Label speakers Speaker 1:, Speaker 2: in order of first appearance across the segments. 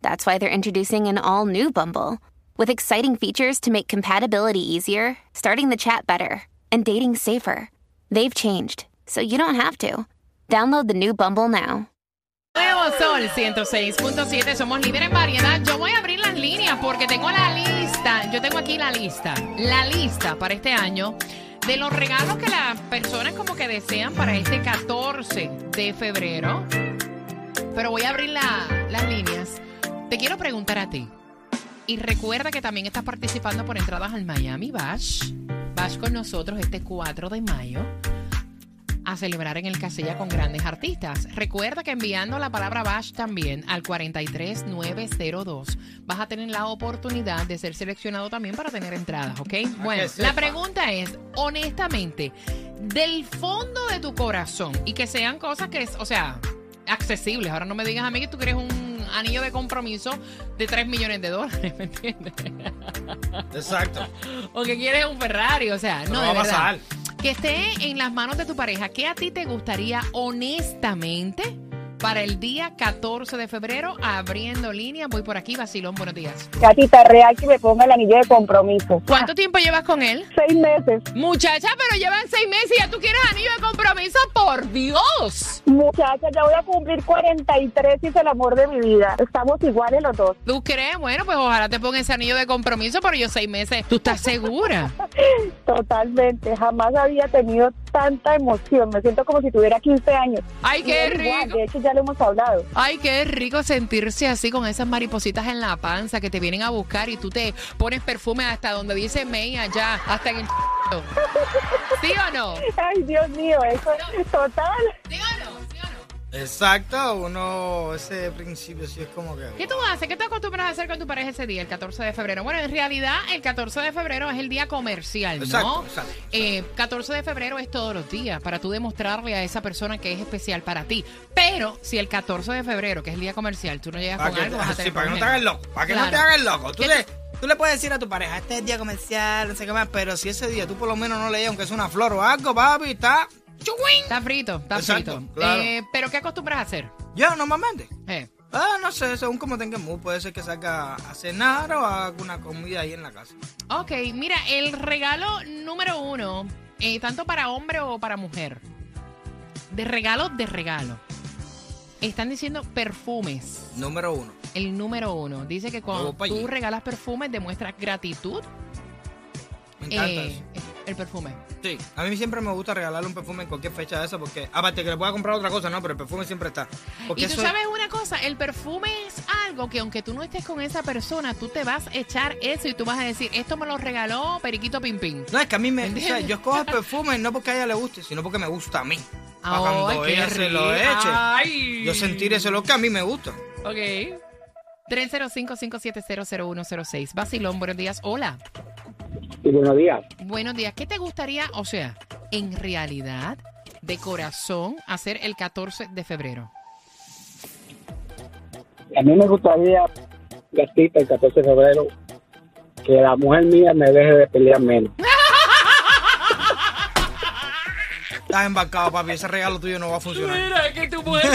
Speaker 1: that's why they're introducing an all new Bumble with exciting features to make compatibility easier, starting the chat better, and dating safer. They've changed, so you don't have to. Download the new Bumble now.
Speaker 2: Nuevo Sol 106.7, somos líderes en variedad. Yo voy a abrir las líneas porque tengo la lista. Yo tengo aquí la lista, la lista para este año de los regalos que las personas como que desean para este 14 de febrero. Pero voy a abrir la- las líneas. Te quiero preguntar a ti. Y recuerda que también estás participando por entradas al Miami Bash. Bash con nosotros este 4 de mayo a celebrar en el Casilla con grandes artistas. Recuerda que enviando la palabra Bash también al 43902 vas a tener la oportunidad de ser seleccionado también para tener entradas, ¿ok? Bueno, la pregunta es, honestamente, del fondo de tu corazón y que sean cosas que, es, o sea, accesibles. Ahora no me digas a mí que tú quieres un anillo de compromiso de 3 millones de dólares, ¿me entiendes?
Speaker 3: Exacto.
Speaker 2: O que quieres un Ferrari, o sea, no,
Speaker 3: No
Speaker 2: de
Speaker 3: va a
Speaker 2: verdad.
Speaker 3: pasar.
Speaker 2: Que esté en las manos de tu pareja. ¿Qué a ti te gustaría honestamente para el día 14 de febrero? Abriendo línea, voy por aquí, Basilón, buenos días.
Speaker 4: Gatita real que me ponga el anillo de compromiso.
Speaker 2: ¿Cuánto tiempo llevas con él?
Speaker 4: Seis meses.
Speaker 2: Muchacha, pero llevan seis meses y ya tú quieres anillo de compromiso, por Dios.
Speaker 4: Muchacha, ya voy a cumplir 43 y es el amor de mi vida. Estamos iguales los dos.
Speaker 2: ¿Tú crees? Bueno, pues ojalá te ponga ese anillo de compromiso, pero yo seis meses. ¿Tú estás segura?
Speaker 4: Totalmente. Jamás había tenido tanta emoción. Me siento como si tuviera 15 años.
Speaker 2: ¡Ay,
Speaker 4: Y
Speaker 2: qué
Speaker 4: él igual,
Speaker 2: rico!
Speaker 4: De hecho, ya lo hemos hablado.
Speaker 2: Ay, qué rico sentirse así con esas maripositas en la panza que te vienen a buscar y tú te pones perfume hasta donde dice May allá, hasta en el ¿Sí o no?
Speaker 4: Ay, Dios mío, eso es total.
Speaker 2: ¿Sí o no? ¿Sí o no?
Speaker 3: Exacto, uno, ese principio sí es como que.
Speaker 2: ¿Qué tú haces? ¿Qué te acostumbras a hacer con tu pareja ese día, el 14 de febrero? Bueno, en realidad el 14 de febrero es el día comercial, ¿no?
Speaker 3: Exacto, exacto, exacto.
Speaker 2: Eh, 14 de febrero es todos los días para tú demostrarle a esa persona que es especial para ti. Pero si el 14 de febrero, que es el día comercial, tú no llegas
Speaker 3: Para
Speaker 2: con
Speaker 3: que,
Speaker 2: algo, vas a
Speaker 3: sí,
Speaker 2: tener
Speaker 3: para que no te
Speaker 2: problemas.
Speaker 3: hagas loco. Para que no te
Speaker 2: Claro.
Speaker 3: hagas loco. Tú
Speaker 2: ¿Qué
Speaker 3: le, tú le puedes decir a tu pareja, este es día comercial, no sé qué más, pero si ese día tú por lo menos no lees, aunque es una flor o algo, papi, está. ¡Chuin!
Speaker 2: Está frito, está
Speaker 3: Exacto,
Speaker 2: frito.
Speaker 3: claro.
Speaker 2: Eh, pero ¿qué acostumbras a hacer?
Speaker 3: Yo normalmente.
Speaker 2: Eh,
Speaker 3: Ah, no sé, según como tenga el mood, puede ser que salga a cenar o haga alguna comida ahí en la casa.
Speaker 2: Ok, mira, el regalo número uno, eh, tanto para hombre o para mujer, de regalo, de regalo. Están diciendo perfumes,
Speaker 3: Número uno.
Speaker 2: el número uno. Dice que cuando
Speaker 3: Vamos pa'
Speaker 2: tú
Speaker 3: allí.
Speaker 2: regalas perfumes demuestras gratitud.
Speaker 3: Me encanta
Speaker 2: eh,
Speaker 3: eso.
Speaker 2: el perfume.
Speaker 3: Sí, a mí siempre me gusta regalarle un perfume en cualquier fecha de esa porque, aparte que le pueda comprar otra cosa, no, pero el perfume siempre está. Porque
Speaker 2: Y tú
Speaker 3: eso-
Speaker 2: sabes una cosa, el perfume es algo que aunque tú no estés con esa persona, tú te vas a echar eso y tú vas a decir, esto me lo regaló Periquito Pimpín.
Speaker 3: No, es que a mí me. O
Speaker 2: ¿Entiendes?
Speaker 3: sea, yo escojo el perfume no porque a ella le guste, sino porque me gusta a mí. Para
Speaker 2: Ay,
Speaker 3: cuando
Speaker 2: qué
Speaker 3: ella se lo
Speaker 2: rico.
Speaker 3: eche,
Speaker 2: Ay.
Speaker 3: yo sentir ese lo que a mí me gusta.
Speaker 2: Ok. 305-5700106. Basilón, buenos días. Hola.
Speaker 5: Y buenos días.
Speaker 2: Buenos días. ¿Qué te gustaría, o sea, en realidad, de corazón, hacer el 14 de febrero?
Speaker 5: A mí me gustaría, Gatita, el 14 de febrero, que la mujer mía me deje de pelear menos.
Speaker 3: Estás embarcado, papi, ese regalo tuyo no va a funcionar.
Speaker 2: Mira, que tú puedes.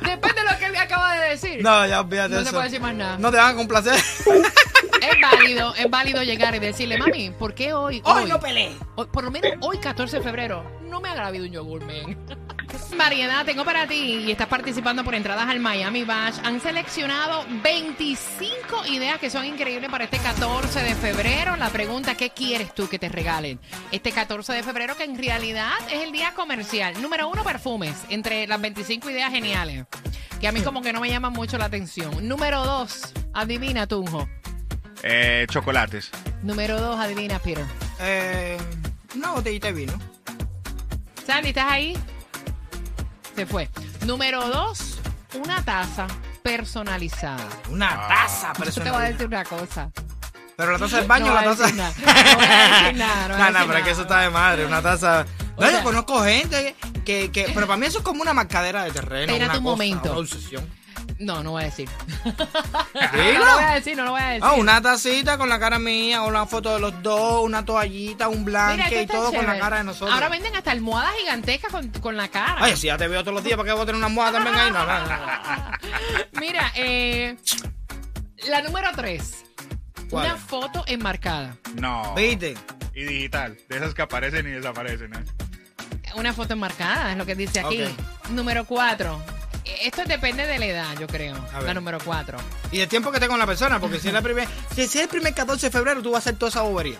Speaker 2: Después de lo que me acaba de decir.
Speaker 3: No, ya olvídate
Speaker 2: No
Speaker 3: de
Speaker 2: se
Speaker 3: eso.
Speaker 2: puede decir más nada.
Speaker 3: No te van a complacer.
Speaker 2: Es válido, es válido llegar y decirle, mami, ¿por qué hoy?
Speaker 3: Hoy no peleé.
Speaker 2: Hoy- por lo menos hoy, 14 de febrero, no me ha gravido un yogur, men. Variedad tengo para ti y estás participando por entradas al Miami Bash. Han seleccionado 25 ideas que son increíbles para este 14 de febrero. La pregunta, ¿qué quieres tú que te regalen? Este 14 de febrero que en realidad es el día comercial. Número uno, perfumes, entre las 25 ideas geniales, que a mí como que no me llaman mucho la atención. Número dos, adivina, Tunjo.
Speaker 6: Eh, chocolates.
Speaker 2: Número dos, adivina, Peter.
Speaker 3: Eh, una botellita de vino.
Speaker 2: Sandy, ¿estás ahí? Se fue. Número dos, una taza. personalizada.
Speaker 3: Una taza, pero
Speaker 2: Yo
Speaker 3: eso
Speaker 2: te
Speaker 3: no-
Speaker 2: voy a decir una cosa.
Speaker 3: Pero la taza del baño,
Speaker 2: No
Speaker 3: la
Speaker 2: voy a
Speaker 3: taza.
Speaker 2: decir nada, no voy a decir nada, no voy a
Speaker 3: No, no,
Speaker 2: decir
Speaker 3: pero es que eso
Speaker 2: nada.
Speaker 3: está de madre, una taza. No,
Speaker 2: O sea-
Speaker 3: yo conozco gente que, que. Pero para mí eso es como una marcadera de terreno.
Speaker 2: Espérate
Speaker 3: una
Speaker 2: un
Speaker 3: cosa,
Speaker 2: momento.
Speaker 3: una obsesión.
Speaker 2: No, no voy a decir.
Speaker 3: Dilo.
Speaker 2: No lo voy a decir, no lo voy a decir.
Speaker 3: Ah, una tacita con la cara mía, una foto de los dos, una toallita, un
Speaker 2: Mira, esto
Speaker 3: blanque y
Speaker 2: está
Speaker 3: todo con la
Speaker 2: chévere.
Speaker 3: cara de nosotros.
Speaker 2: Ahora venden hasta almohadas gigantescas con, con la cara.
Speaker 3: Ay, si ya te veo todos los días, ¿para qué voy a tener una almohada también ahí? No, no, no, no.
Speaker 2: Mira, eh, la número tres.
Speaker 3: ¿Cuál?
Speaker 2: Una foto enmarcada.
Speaker 6: No.
Speaker 3: ¿Viste?
Speaker 6: Y digital. De esas que aparecen y desaparecen. ¿eh?
Speaker 2: Una foto enmarcada, es lo que dice aquí.
Speaker 3: Ok.
Speaker 2: Número cuatro. Esto depende de la edad, yo creo.
Speaker 3: A ver.
Speaker 2: La número cuatro.
Speaker 3: Y el tiempo que esté con la persona, porque si es la primer, si es el primer 14 de febrero, tú vas a hacer toda esa bobería.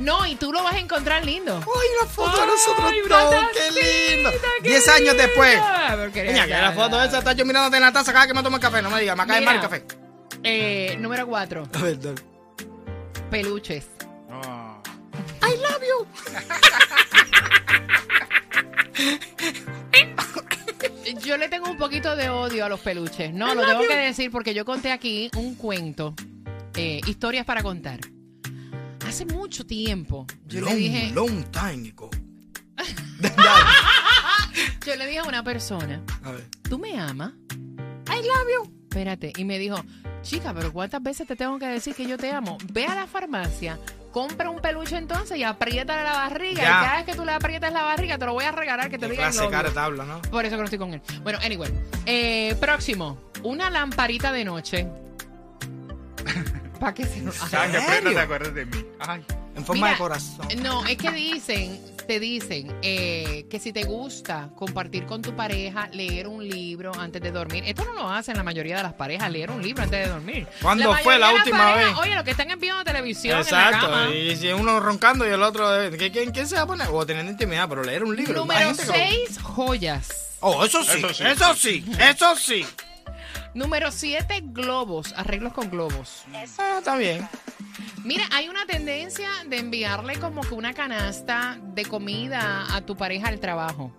Speaker 2: No, y tú lo vas a encontrar lindo.
Speaker 3: ¡Ay, una foto de Uh, nosotros
Speaker 2: Ay, una
Speaker 3: dos! ¡Qué
Speaker 2: tacita,
Speaker 3: lindo!
Speaker 2: qué
Speaker 3: Diez años
Speaker 2: linda.
Speaker 3: después.
Speaker 2: Porque
Speaker 3: Niña, que
Speaker 2: ya,
Speaker 3: la foto
Speaker 2: ya.
Speaker 3: esa, estás yo mirándote en la taza cada vez que me tomo el café, no me digas, me cae
Speaker 2: Mira.
Speaker 3: mal el café.
Speaker 2: Eh, número cuatro.
Speaker 3: Perdón.
Speaker 2: Peluches.
Speaker 6: No.
Speaker 2: Yo le tengo un poquito de odio a los peluches. No, lo tengo que decir porque yo conté aquí un cuento, eh, historias para contar. Hace mucho tiempo yo le dije,
Speaker 3: long time ago.
Speaker 2: yo le dije a una persona,
Speaker 3: A ver.
Speaker 2: ¿tú me amas? I love you. Espérate, y me dijo, chica, pero ¿cuántas veces te tengo que decir que yo te amo? Ve a la farmacia, compra un peluche entonces y apriétale la barriga.
Speaker 3: Ya.
Speaker 2: Y cada vez que tú le aprietas la barriga, te lo voy a regalar que te
Speaker 3: Qué
Speaker 2: diga el
Speaker 3: clase de
Speaker 2: love
Speaker 3: cara
Speaker 2: you".
Speaker 3: de tabla, ¿no?
Speaker 2: Por eso que no estoy con él. Bueno, anyway. Eh, próximo. Una lamparita de noche. ¿Para qué se nos...
Speaker 6: Cada que
Speaker 3: serio?
Speaker 6: aprendas te acuerdas de mí. Ay.
Speaker 3: En forma
Speaker 2: Mira,
Speaker 3: de corazón.
Speaker 2: No, es que dicen, te dicen eh, que si te gusta compartir con tu pareja, leer un libro antes de dormir. Esto no lo hacen la mayoría de las parejas, leer un libro antes de dormir.
Speaker 3: ¿Cuándo
Speaker 2: mayoría
Speaker 3: fue la
Speaker 2: de las
Speaker 3: última
Speaker 2: parejas,
Speaker 3: vez?
Speaker 2: Oye, lo que están viendo televisión en la
Speaker 3: Exacto,
Speaker 2: cama.
Speaker 3: y si uno roncando y el otro, eh, ¿qué- ¿quién, quién se va a poner? O teniendo intimidad, pero leer un libro. hay
Speaker 2: Número
Speaker 3: gente que lo-
Speaker 2: 6, joyas.
Speaker 3: Oh, eso sí,
Speaker 6: Eso sí.
Speaker 3: eso sí, eso sí.
Speaker 2: Número 7, globos, arreglos con globos.
Speaker 3: Ah, está bien.
Speaker 2: Mira, hay una tendencia de enviarle como que una canasta de comida a tu pareja al trabajo.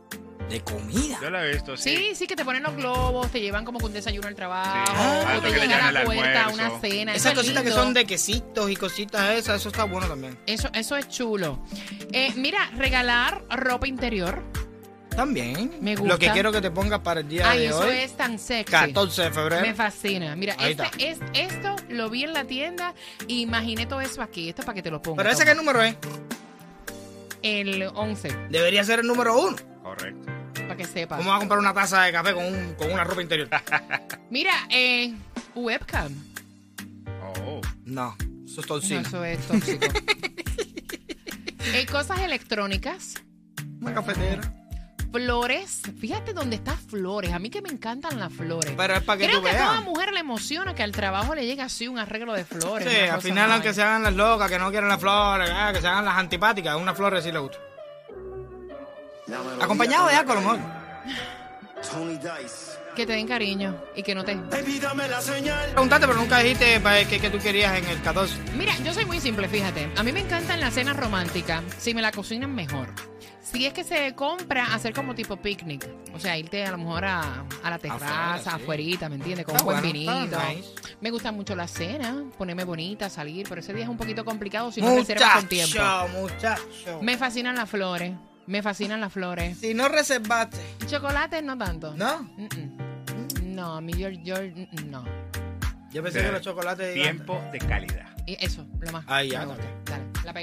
Speaker 3: De comida.
Speaker 6: Yo la he visto, sí.
Speaker 2: Sí, sí, que te ponen los globos, te llevan como que un desayuno al trabajo,
Speaker 6: Sí.
Speaker 3: Ah,
Speaker 2: o te
Speaker 3: que
Speaker 2: llega
Speaker 3: le
Speaker 2: a
Speaker 6: llevan
Speaker 2: la
Speaker 6: el
Speaker 2: puerta
Speaker 6: almuerzo.
Speaker 2: una cena. eso
Speaker 3: Esas
Speaker 2: es
Speaker 3: cositas que
Speaker 2: lindo.
Speaker 3: son de quesitos y cositas esas, eso está bueno también.
Speaker 2: Eso, eso es chulo. Eh, mira, regalar ropa interior.
Speaker 3: También.
Speaker 2: Me gusta.
Speaker 3: Lo que quiero que te pongas para el día
Speaker 2: Ay,
Speaker 3: de
Speaker 2: eso
Speaker 3: hoy.
Speaker 2: es tan sexy.
Speaker 3: 14 de
Speaker 2: Me
Speaker 3: febrero.
Speaker 2: fascina. Mira,
Speaker 3: Ahí
Speaker 2: este,
Speaker 3: está.
Speaker 2: es, esto lo vi en la tienda y imaginé todo eso aquí. Esto es para que te lo pongas.
Speaker 3: Pero ese qué
Speaker 2: toma.
Speaker 3: número es?
Speaker 2: El 11,
Speaker 3: Debería ser el número uno.
Speaker 6: Correcto.
Speaker 2: para que sepas.
Speaker 3: Vamos a comprar una taza de café con, un- con una ropa interior.
Speaker 2: Mira, eh, webcam.
Speaker 6: Oh.
Speaker 3: No, eso es
Speaker 2: No,
Speaker 3: torcino.
Speaker 2: eso es tóxico. Eh, cosas electrónicas,
Speaker 3: Una cafetera.
Speaker 2: flores. Fíjate dónde están flores. A mí que me encantan las flores.
Speaker 3: Pero es para que
Speaker 2: Creo
Speaker 3: tú
Speaker 2: que a toda
Speaker 3: veas.
Speaker 2: mujer le emociona que al trabajo le llegue así un arreglo de flores.
Speaker 3: Sí,
Speaker 2: una
Speaker 3: al
Speaker 2: cosa
Speaker 3: final,
Speaker 2: más.
Speaker 3: aunque se hagan las locas, que no quieran las flores, ah, que se hagan las antipáticas, una flor sí le gusta. Acompañado de algo, a lo mejor.
Speaker 2: Que te den cariño y que no te...
Speaker 3: Preguntaste, pero nunca dijiste pa, qué, qué tú querías en el 14.
Speaker 2: Mira, yo soy muy simple, fíjate. A mí me encantan las cenas románticas. Si me la cocinan, mejor. Si es que se compra, hacer como tipo picnic. O sea, irte a lo mejor a, a la terraza,
Speaker 3: sí.
Speaker 2: afuerita, ¿me entiendes? Con
Speaker 3: Está
Speaker 2: un buen
Speaker 3: bueno, está
Speaker 2: vinito.
Speaker 3: nice.
Speaker 2: Me gusta mucho la cena, ponerme bonita, salir, pero ese día es un poquito complicado si no reservas con tiempo.
Speaker 3: Muchacho, muchacho.
Speaker 2: Me fascinan las flores, me fascinan las flores.
Speaker 3: Si no reservaste,
Speaker 2: Chocolates no tanto.
Speaker 3: ¿no?
Speaker 2: Mm-mm. No, a mí yo, yo- mm, no.
Speaker 3: Yo pensé que los chocolates.
Speaker 6: Tiempo de calidad.
Speaker 2: Y Eso, lo más.
Speaker 3: Ahí,
Speaker 2: Me
Speaker 3: ya,
Speaker 2: gusta.
Speaker 3: ok.
Speaker 2: Dale, la pegamos.